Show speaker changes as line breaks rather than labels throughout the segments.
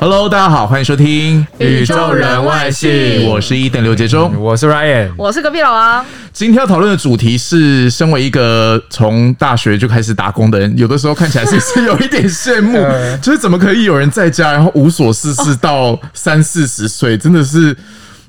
Hello，大家好，欢迎收听《
宇宙人外星
我是一等刘杰忠。
我是 Ryan，
我是隔壁老王，
今天要讨论的主题是，身为一个从大学就开始打工的人，有的时候看起来是不是有一点 羡慕？
呃
就是怎么可以有人在家，然后无所事事到三四十岁，真的是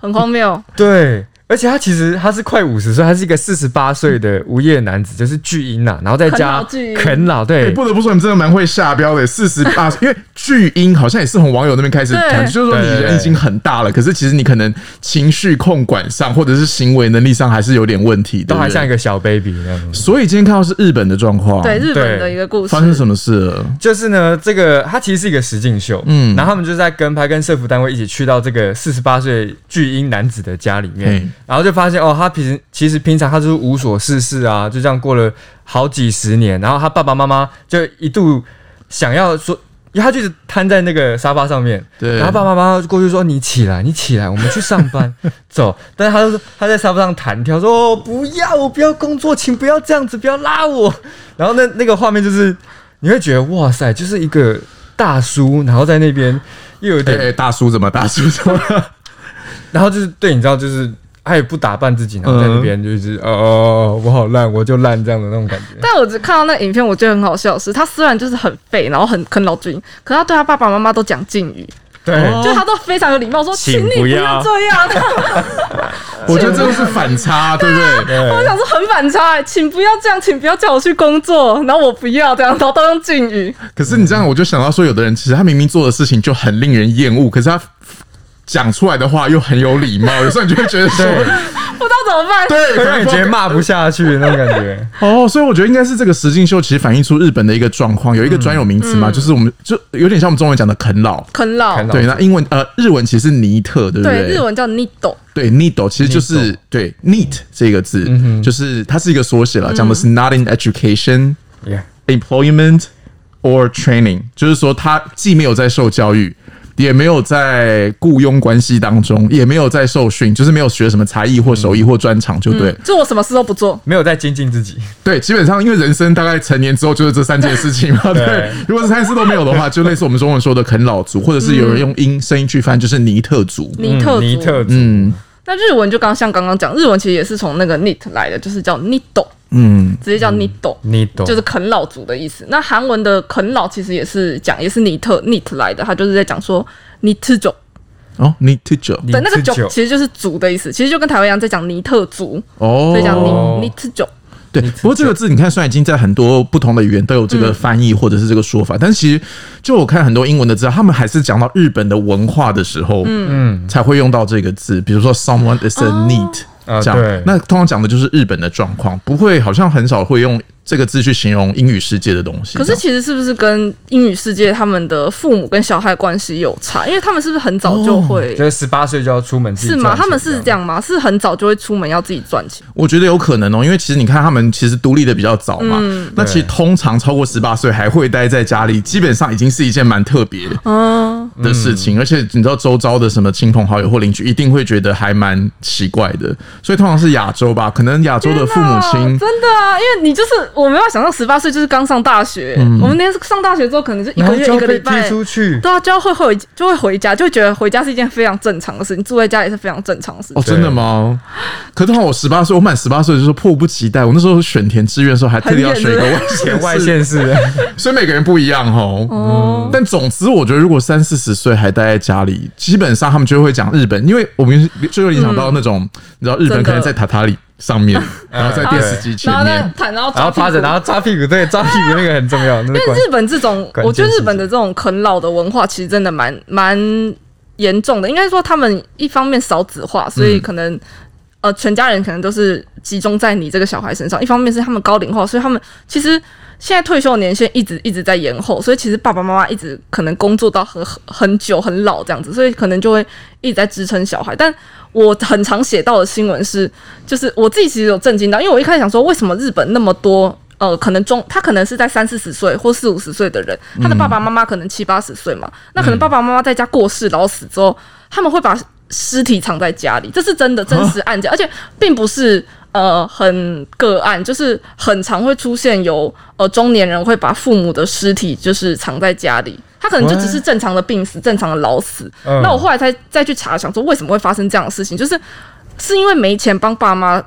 很荒
哦
谬。
对。而且他其实他是快五十岁，他是一个四十八岁的无业男子，就是巨婴呐、然后在
家啃老巨婴啃
老，对
欸不得不说，你真的蛮会下标的，四十八，因为巨婴好像也是从网友那边开始谈，
对
就是说你
对对对
人已经很大了，可是其实你可能情绪控管上或者是行为能力上还是有点问题，对
都
不
还像一
对？
个小 baby 那样。
所以今天看到是日本的状况，
对，日本的
对
一个故事
发，生什么事了？
就是呢，这个它其实是一个实境秀，
嗯
嗯，然后他们就在跟拍跟社服单位一起去到这个四十八岁巨婴男子的家里面
嗯，
然后就发现哦，他平时其实平常他就是无所事事啊，就这样过了好几十年，然后他爸爸妈妈就一度想要说。因为他就是瘫在那个沙发上面，
对
然后爸爸妈妈就过去说：“你起来，你起来，我们去上班， 走。”但是他就说他在沙发上弹跳，说：“哦，不要，我不要工作，请不要这样子，不要拉我。”然后那那个画面就是你会觉得哇塞，就是一个大叔，然后在那边又有
哎、
点，
哎大叔怎么大叔怎么？
然后就是对，你知道，就是他也不打扮自己，然后在那边就是、哦哦，我好烂，我就烂这样的那种感觉。
但我只看到那影片，我觉得很好笑的是，他虽然就是很废，然后很啃老君，可他对他爸爸妈妈都讲敬语，
对，
哦
就他都非常有礼貌，说
请
请你
不
不
要
要这样。
我觉得这就是反差，对不对？
我想说很反差、欸，请不要这样，请不要叫我去工作，然后我不要这样，然后都用敬语。
可是你这样，我就想到说，有的人其实他明明做的事情就很令人厌恶，可是他讲出来的话又很有礼貌，有时候你就会觉得说，
对
不知道怎么办，
会
对，可
让
能
你
不
觉
知道
得骂不下去的那种感 觉。
哦，所以我觉得应该是这个实境秀其实反映出日本的一个状况，有一个专有名词嘛，就是我们就有点像我们中文讲的啃老。
啃老。
啃老
对，那英文呃日文其实是尼特，对不
对，
对？
日文叫 nido，
对 needle 其实就是
needle
对 neat 这个字，就是它是一个缩写了，讲的是 not in education、
Yeah
employment or training，就是说他既没有在受教育。也没有在雇佣关系当中，也没有在受训，就是没有学什么才艺或手艺或专长，就对、
就我什么事都不做。
没有在精进自己，
对。基本上，因为人生大概成年之后就是这三件事情嘛。对，
对
如果是三件事都没有的话，就类似我们中文说的啃老族，或者是有人用音声音去翻，就是尼特族。
尼特族
尼特族
嗯
那日文就刚像刚刚讲，日文其实也是从那个 knit 来的，就是叫 nido，
嗯，
直接叫 nido，、
你懂，
就是啃老族的意思。那韩文的啃老其实也是讲，也是尼特 knit 来的，它就是在讲说 knit 族，
哦，尼特族
你
对，那个
自
族
救
其实就是族的意思，其实就跟台湾一样在讲尼特族，
哦，
所以讲
哦
knit 族。
对，
你自
不过这个字你看，虽然已经在很多不同的语言都有这个翻译或者是这个说法，但是其实就我看很多英文的资料，他们还是讲到日本的文化的时候，嗯，才会用到这个字，比如说 someone is a neat、
啊
这样，
对
那通常讲的就是日本的状况，不会好像很少会用这个字去形容英语世界的东西。
可是其实是不是跟英语世界他们的父母跟小孩关系有差？因为他们是不是很早就会？
就是十八岁就要出门自己
是吗？
赚钱
他们是这样吗？是很早就会出门要自己赚钱？
我觉得有可能哦，因为其实你看他们其实独立的比较早嘛，
嗯
那其实
对
通常超过十八岁还会待在家里，基本上已经是一件蛮特别
哦
的事情，而且你知道周遭的什么亲朋好友或邻居一定会觉得还蛮奇怪的，所以通常是亚洲吧，可能亚洲的父母
天哪
亲。
真的啊，因为你就是我没办法想象十八岁就是刚上大学，
嗯
我们那天上大学之后可能就一
然
个
后
月
就
一
要
个
被
礼拜
踢。出去，
对啊，就要会回就会回家，就会觉得回家是一件非常正常的事情，住在家也是非常正常的事
哦，
情。
真的吗？可是的话，我十八岁，我满十八岁的时候迫不及待。我那时候选填志愿的时候，还特地要选一个
很
外
远
前外县
县市
市的，
所以每个人不一样哦。但总之，我觉得如果三四十岁还待在家里，基本上他们就会讲日本，因为我们就会联想到那种，你知道日本可能在榻榻米 上面，然后在电视机前
然后在
面。
躺，然后
然后
抓
趴
屁
着，
股
然后扎屁股，对，扎屁股那个很重要，那
因
是
为
关
日本这种，
关键
我觉得
是
日本的这种啃老的文化，其实真的蛮蛮
嗯
严重的。应该说，他们一方面少子化，所以可能、呃，全家人可能都是集中在你这个小孩身上，一方面是他们高龄化，所以他们其实现在退休的年限一直一直在延后，所以其实爸爸妈妈一直可能工作到很很很久很老这样子，所以可能就会一直在支撑小孩。但我很常写到的新闻是，就是我自己其实有震惊到，因为我一开始想说，为什么日本那么多呃，可能中他可能是在三四十岁或四五十岁的人，他的爸爸妈妈可能七八十岁嘛，那可能爸爸妈妈在家过世然后死之后，他们会把尸体藏在家里，这是真的真实案件，而且并不是。呃，很个案，就是很常会出现有呃中年人会把父母的尸体就是藏在家里，他可能就只是正常的病死、正常的老死。
嗯
那我后来才再去查，想说为什么会发生这样的事情，就是是因为没钱帮爸妈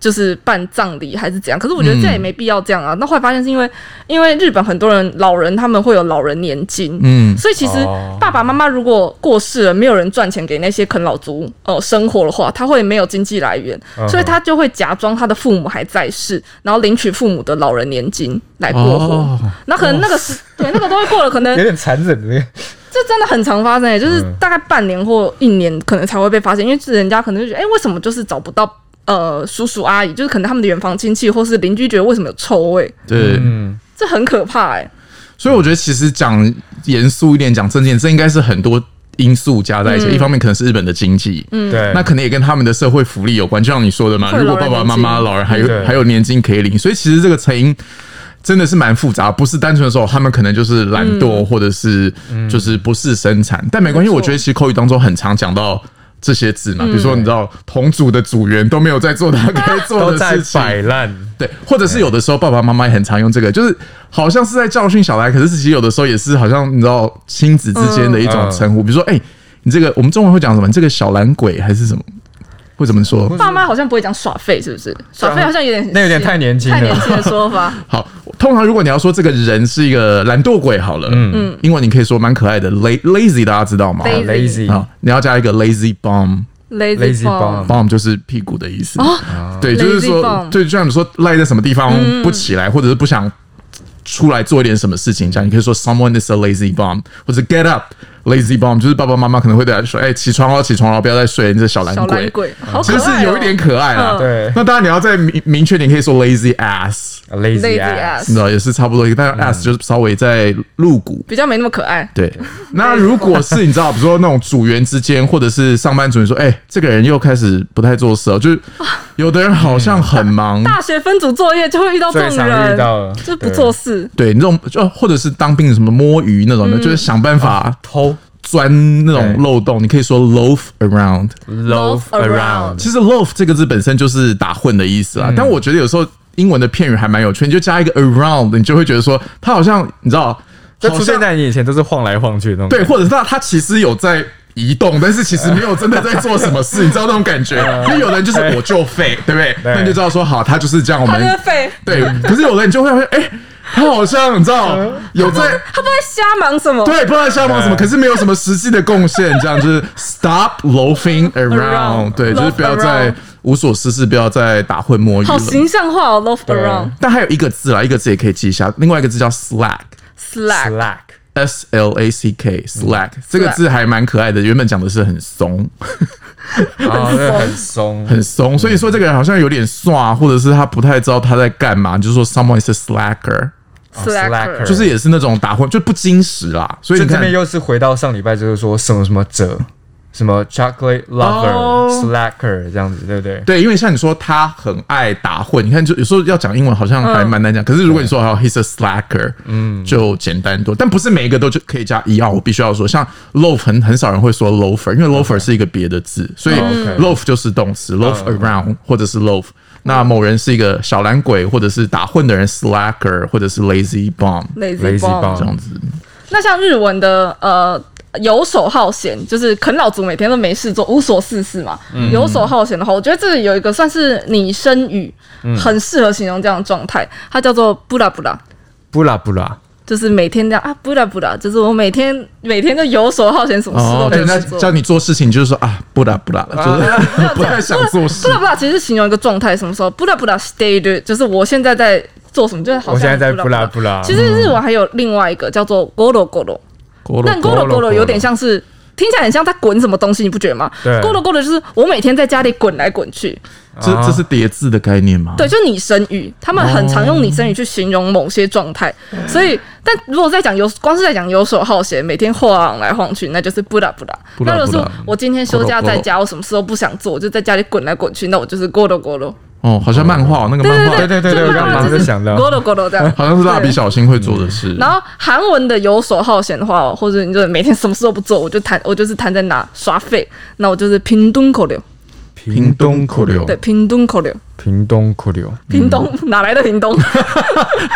就是办葬礼还是怎样？可是我觉得这也没必要这样啊。那后来发现是因为因为日本很多人老人他们会有老人年金，
嗯，
所以其实
哦
爸爸妈妈如果过世了，没有人赚钱给那些啃老族呃生活的话，他会没有经济来源，
嗯
所以他就会假装他的父母还在世，然后领取父母的老人年金来过
哦
活。那、可能那个是对那个都会过了，可能
有点残忍的那个。
这真的很常发生、欸，就是
嗯
大概半年或一年可能才会被发现，因为是人家可能就觉得，哎、为什么就是找不到呃叔叔阿姨，就是可能他们的远房亲戚或是邻居觉得为什么有臭味，
对，
嗯，
这很可怕哎、
所以我觉得其实讲严肃一点，讲正经，这应该是很多因素加在一起。
嗯
一方面可能是日本的经济，嗯，
对，
那可能也跟他们的社会福利有关，就像你说的嘛，
会有
如果爸爸妈妈
老
老人还有
对
还有年金可以领，所以其实这个成因。真的是蛮复杂，不是单纯的说他们可能就是懒
嗯
惰，或者是就是不是生产，但没关系。
没错嗯
我觉得其实口语当中很常讲到这些字嘛，比如说你知道同组的组员都没有在做他该做
都
的
在
事情，
摆烂。
对，或者是有的时候爸爸妈妈也很常用这个，就是好像是在教训小孩，可是其实有的时候也是好像你知道亲子之间的一种称呼，比如说哎、你这个我们中文会讲什么？你这个小懒鬼还是什么？会怎么说？
爸妈好像不会讲耍废，是不是？耍废好像有点
那有点太年轻了
太年轻的说法。
好，通常如果你要说这个人是一个懒惰鬼，好了，嗯嗯，英文你可以说蛮可爱的，la lazy，大家知道吗？
Lazy
lazy
好，你要加一个 lazy bum，bum
Lazy
Lazy
Bum，
Bum
就是屁股的意思。
哦
对，就是
Lazy
说
bum，
对，就像你说赖在什么地方不起来，或者是不想出来做一点什么事情，这样你可以说 someone is a lazy bum，或者 get up lazy bum，就是爸爸妈妈可能会对他说，哎、起床了，起床了，不要再睡了，你这小懒
小
鬼。
懒鬼，好
其
可
实
爱、哦
是有一点。可爱哦啦，
嗯
对
那当然你要再明明确点，可以说 lazy ass，
lazy 啊
Lazy 啊
ass，
你知
ass
道也是差不多一个，但是 ass 就是稍微在露骨。
比较没那么可爱。
对，那如果是你知道，比如说那种组员之间，或者是上班族，你说，哎、这个人又开始不太做事了，就是有的人好像很 忙，
大学分组作业就会遇到这
最
种
常遇
人，
到了
就是不做事。
对，那种就或者是当兵什么摸鱼那种的，就是想办法
偷
钻那种
嗯对
漏洞。你可以说 loaf around。
loaf
around
around，
其实 loaf 这个字本身就是打混的意思
嗯
啊，但我觉得有时候英文的片语还蛮有趣，你就加一个 around，你就会觉得说他好像你知道，
就
好
出现
像
在你眼前都是晃来晃去的那种。
对，，或者是他他其实有在。移动，但是其实没有真的在做什么事，你知道那种感 觉？因为有的人就是我就废，对不对？那你就知道说好，他就是这样。我
他
们
在废，
对，可是有的人就会哎、他好像你知道有在
他不在瞎忙什么？
对，不知道瞎忙什么，可是没有什么实际的贡献，这样就是 stop loafing around，
Around
对，就是不要
Loaf
再
around
无所事事，不要再打混摸鱼
好
了。
形象化哦，loaf around
但还有一个字啦，一个字也可以记一下，另外一个字叫 slack，s
slack，
slack，
l a c k，slack 这个字还蛮可爱的，原本讲的是很怂，
然后就哦很松，
很怂，所以说这个人好像有点耍，或者是他不太知道他在干嘛，你就说 someone is a slacker，
slacker
就是也是那种打混就不矜持啦，所以
这
你
这
看
边又是回到上礼拜，就是说什么什么者，什么 chocolate lover、
哦
slacker 这样子，对不对？
对，因为像你说他很爱打混，你看就有时候要讲英文好像还蛮
嗯
难讲，可是如果你说好 he's a slacker，嗯，就简单多。但不是每一个都就可以加 er，我必须要说，像 loaf 很很少人会说 loafer，因为 loafer 是一个别的字，所以
哦，OK 嗯
loaf 就是动词，loaf around 或者是 loaf。那某人是一个小懒鬼，或者是打混的人 slacker，或者是 lazy bum
lazy
Lazy
bum
Bum。
这样子。
那像日文的呃游手好闲，就是啃老族每天都没事做，无所事事嘛。游手好闲的话，我觉得这有一个算是拟声语，很适合形容这样的状态，它叫做布拉布拉。
不啦不啦，
就是每天这样啊，布拉布拉，就是我每天每天都游手好闲，什么事
哦
都，没
哎
人
有
家
去做。
叫你做事情，就是说啊，不啦不啦， 就是不太想做事
布。拉布拉其实是形容一个状态，什么时候布拉布拉 stay do，就是我现在在做什么，就是好像
我现在在
布
布拉
拉
布拉
其实日文还有另外一个叫做 goro goro，但 goro
goro
goro 有点像是听起来很像在滚什么东西，你不觉得吗？
对
够了够了，就是我每天在家里滚来滚去。
这这是叠字的概念吗？
对，就拟声语，他们很常用拟声语去形容某些状态。
哦
所以，但如果在讲游，光是在讲游手好闲，每天晃来晃去，那就是不啦不啦。
不啦
那如
不
果
啦
是我今天休假在家，我什么事都不想做，我就在家里滚来滚去，那我就是咕噜咕噜。
哦，好像漫画那个漫画，
对对对对，我刚刚马上就想到，
咕噜咕噜这样。
好像是蜡笔小新会做的事。
嗯然后韩文的游手好闲的话，或者你就每天什么事都不做，我就瘫，我就是瘫在那耍废，那我就是平东口流，
屏东口流
对，平东口流，
屏东苦流，
平东、哪来的 平东？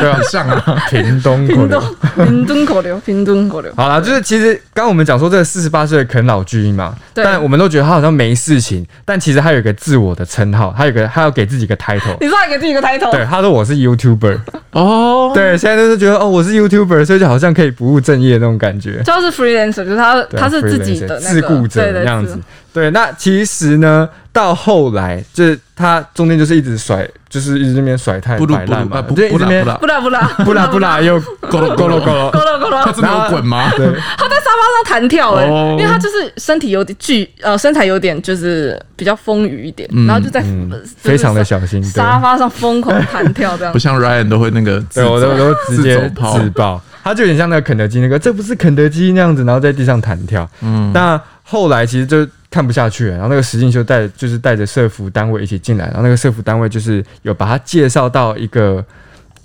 对啊，很像啊，
屏东苦
平东
流。，
平东口流，平东口流。
好啦，就是其实刚刚我们讲说这个四十八岁的啃老巨婴嘛，
对
但我们都觉得他好像没事情，但其实他有一个自我的称号，他有个他要给自己一个 title，
你知道还给自己一个抬头，
对，他说我是 YouTuber，
哦，
对，现在就是觉得哦我是 YouTuber，所以就好像可以不务正业那种感觉。
就是 freelancer，就是他
对
他是自己
freelancer，
的那
自
个
雇者
对
那
对
样
自
子。对，那其实呢，到后来就是他中间就是一直甩，就是一直在那边甩太
不鲁
摆
不
烂
鲁
嘛，
啊，不
就一
不
直在
啦
那
不
边
不，啦
啦
不啦
不啦不 啦 又咕噜咕噜咕噜
咕，噜咕噜
他，真的有滚吗？
对，
他在沙发上弹跳哎、欸
哦
因为他就是身体有点巨呃身材有点就是比较丰腴一点，
嗯
然后就在、呃就是
非常的
沙
小心，对
沙发上疯狂弹跳这样
不。像 Ryan 都会那个自
对，我
走
都都直接
自走炮
自爆，他就有点像那个肯德基那个，这不是肯德基那样子，然后在地上弹跳。
嗯，
那后来其实就看不下去了，然后那个石进修带就是带着社服单位一起进来，然后那个社服单位就是有把他介绍到一个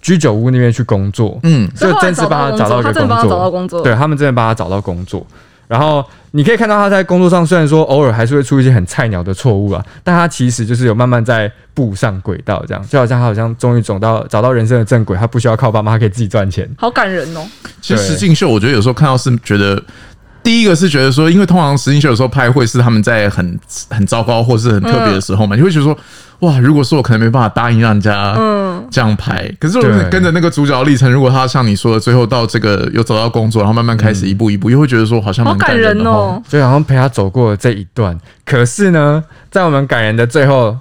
居酒屋那边去工作，
嗯，
所以后来
真是帮他找到一
他
个
真的帮他
工
找
作
到工作，
对他们真的帮他找到工作。然后你可以看到他在工作上，虽然说偶尔还是会出一些很菜鸟的错误啊，但他其实就是有慢慢在步上轨道，这样就好像他好像终于走到找到人生的正轨，他不需要靠爸妈，他可以自己赚钱。
好感人哦。
其实
对
实境秀，我觉得有时候看到是觉得。第一个是觉得说，因为通常实境秀有时候拍会是他们在很很糟糕或是很特别的时候嘛，你会觉得说，哇，如果说我可能没办法答应让人家这样拍，可是我
对
跟着那个主角的历程，如果他像你说的，最后到这个有找到工作，然后慢慢开始一步一步，又会觉得说好像
好
蛮
感人
人的
哦。
就好像陪他走过了这一段。可是呢，在我们感人的最后，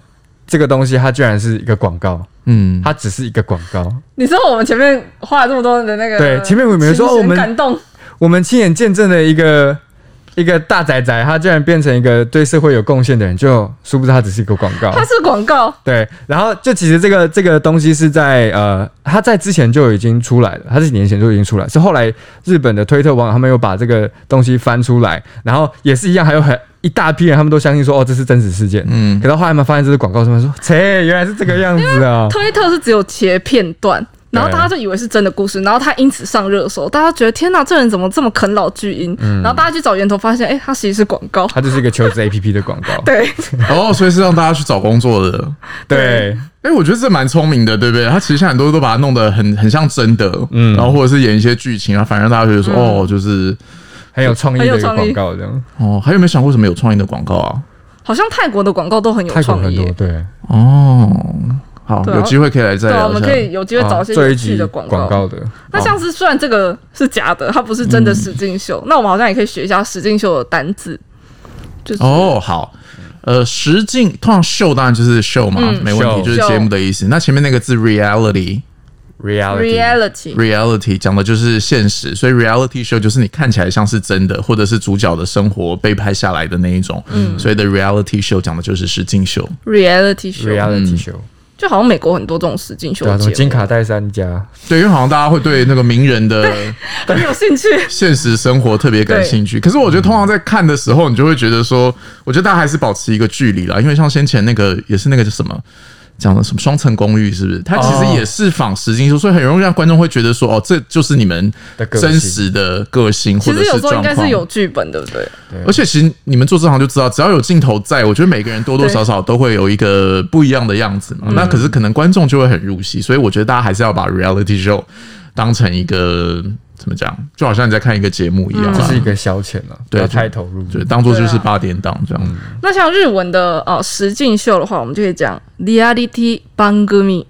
这个东西它居然是一个广告，
嗯，
它只是一个广告。
你说我们前面花了这么多的那个，
对前面我们有说哦
情
我们
感动，
我们亲眼见证了一个一个大仔仔，他居然变成一个对社会有贡献的人，就殊不知他只是一个广告
它。是广告，
对，然后就其实这个这个东西是在呃，他在之前就已经出来了，他是几年前就已经出来，是后来日本的推特网友他们又把这个东西翻出来，然后也是一样，还有很一大批人他们都相信说哦这是真实事件，
嗯
嗯，可到后来他们发现这是广告，他们说切原来是这个样子 啊，
推特是只有切片段，然后大家就以为是真的故事，然后他因此上热搜，大家觉得天哪，这人怎么这么啃老巨婴？
嗯
然后大家去找源头，发现哎、诶他其实是广告。
它就是一个求职 APP 的广告，
对，
哦，所以是让大家去找工作的。
对
哎、我觉得这蛮聪明的，对不对？他其实像很多都把它弄得很很像真的，嗯，然后或者是演一些剧情啊，反正大家觉得说，哦，就是
很有创意的一个
很有创
广
意
告这样，
哦，还有没有想过什么有创意的广告啊？
好像泰国的广告都很有
泰国
创
很
意
多
耶。
对，
哦，好，
对啊
有机会可以来再
对啊，
聊
我
一
们
下。
可以有机会找一些
做
有
一
趣
集
的广
啊广告的，嗯
那像是虽然这个是假的，它不是真的实境秀，那我们好像也可以学一下实境秀的单字，就是
哦，好。呃，实境通常秀当然就是秀嘛，
嗯
没问题，
秀
就是节目的意思。那前面那个字 reality
reality
reality。
reality 讲的就是现实，所以 reality show 就是你看起来像是真的，或者是主角的生活被拍下来的那一种。嗯，所以的 reality show 讲的就是实境秀。
reality show，
reality show，
就好像美国很多这种实境秀
对啊，什么
节
金
目，
卡戴珊家，
对，因为好像大家会对那个名人的
很有 兴趣。
现实生活特别感兴趣。可是我觉得，通常在看的时候，你就会觉得说，我觉得大家还是保持一个距离啦，因为像先前那个也是那个叫什么。讲的什么双层公寓是不是？它其
哦
实也是仿实境秀，所以很容易让观众会觉得说，哦，这就是你们
的个性
真实的个性
其
或者
实有
是
时候应
状
该是有
况。
剧本，对不对？
而且其实你们做这行就知道，只要有镜头在，我觉得每个人多多少少都会有一个不一样的样子嘛。那可
嗯
是可能观众就会很入戏，所以我觉得大家还是要把 reality show 当成一个怎么讲，就好像你在看一个节目一样啦，
这是一个消遣啊，不
对
要
就
太投入，
对，当做就是
嗯对啊
八点档这样。
那像日文的呃实境秀的话，我们就可以讲 reality 番組。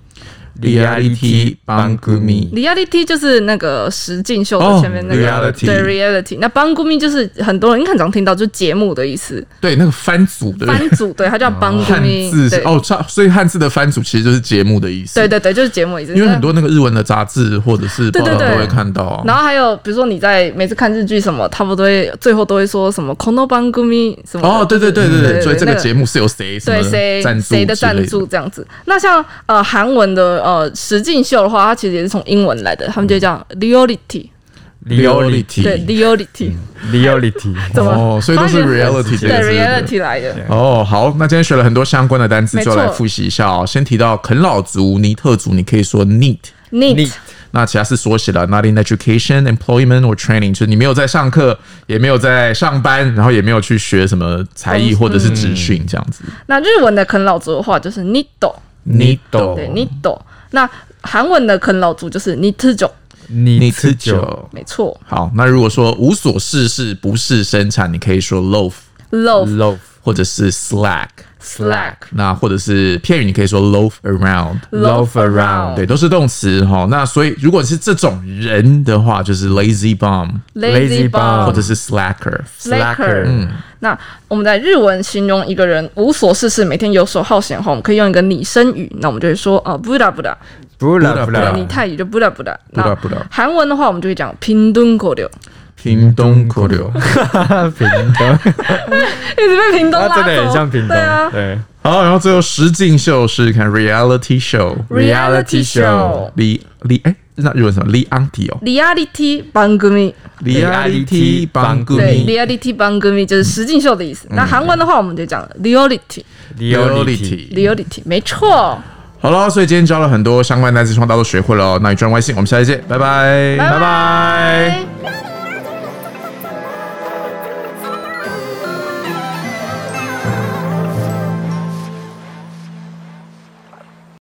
Reality Bangumi
李亚丽 T 就是那个实境秀的前面那个、
哦，reality
对 reality，那 Bangumi 就是很多人应该很常听到，就是节目的意思，
对，那个番组的
番组对，它叫
汉
Bangumi，、
字是
对、
哦，差所以汉字的番组其实就是节目的意思。
对对对，就是节目意思。
因为很多那个日文的杂志或者是
对
报
对
道
对
都会看到啊。
然后还有，比如说你在每次看日剧什么，他们都会最后都会说什么 “kono bangumi” 什么的
哦，对对对对
对
对，所以这个
嗯那个
节目是由谁什
对
么
谁
赞助
谁的
之类
赞助这样子。那像呃韩文的呃实境秀的话，它其实也是从英文来的，他们就叫 reality，
reality
对 reality，
嗯
reality，
怎么
哦，所以都是
发现
reality 这
对
个字
reality 来的。
哦，好，那今天学了很多相关的单词，
没
就
错
来复习一下哦。先提到啃老族、尼特族，你可以说 neat。
neat
那其他是缩写了，not in education, employment or training，就是你没有在上课，也没有在上班，然后也没有去学什么才艺或者是职训这样子。
那日文的啃老族的话就是 nido，
Needle
哦
对 nido。那韩文的啃老族就是 n i t j o
你
你吃酒。
没错
好，那如果说无所事事、不是生产，你可以说 loaf
，love
love
或者是 slack，
slack
那或者是片语，你可以说 loaf around。
Loaf around，
对，都是动词哈。那所以，如果是这种人的话，就是 lazy bum，
lazy
lazy bum，
bum
或者是 slacker。
slacker。
嗯
那我们在日文形容一个人无所事事、每天游手好闲的话，我们可以用一个拟声语，那我们就会说啊不啦不啦，
不啦
不
不
啦
对，
啦
啊，
拟态语就不啦不啦。
不啦
那
不啦
韩文的话，我们就会讲平蹲狗流，
屏东口流。
屏 东，
一直被平东
它
拉走，
真的很像屏
啊对啊
东，对，
好，然后最后实境秀是看 reality show。
，reality
Reality
show
show。
李李哎，那日文什么？李 a u n t i 哦
reality 番組
，reality
Reality
对
bangumi。
reality 番組就是实境秀的意思。那韩文的话，我们就讲 reality
reality。
reality，没错。
好了，所以今天教了很多相关单词，希望大家都学会了哦。那宇宙人外星，我们下期见，拜拜，
拜拜。
La la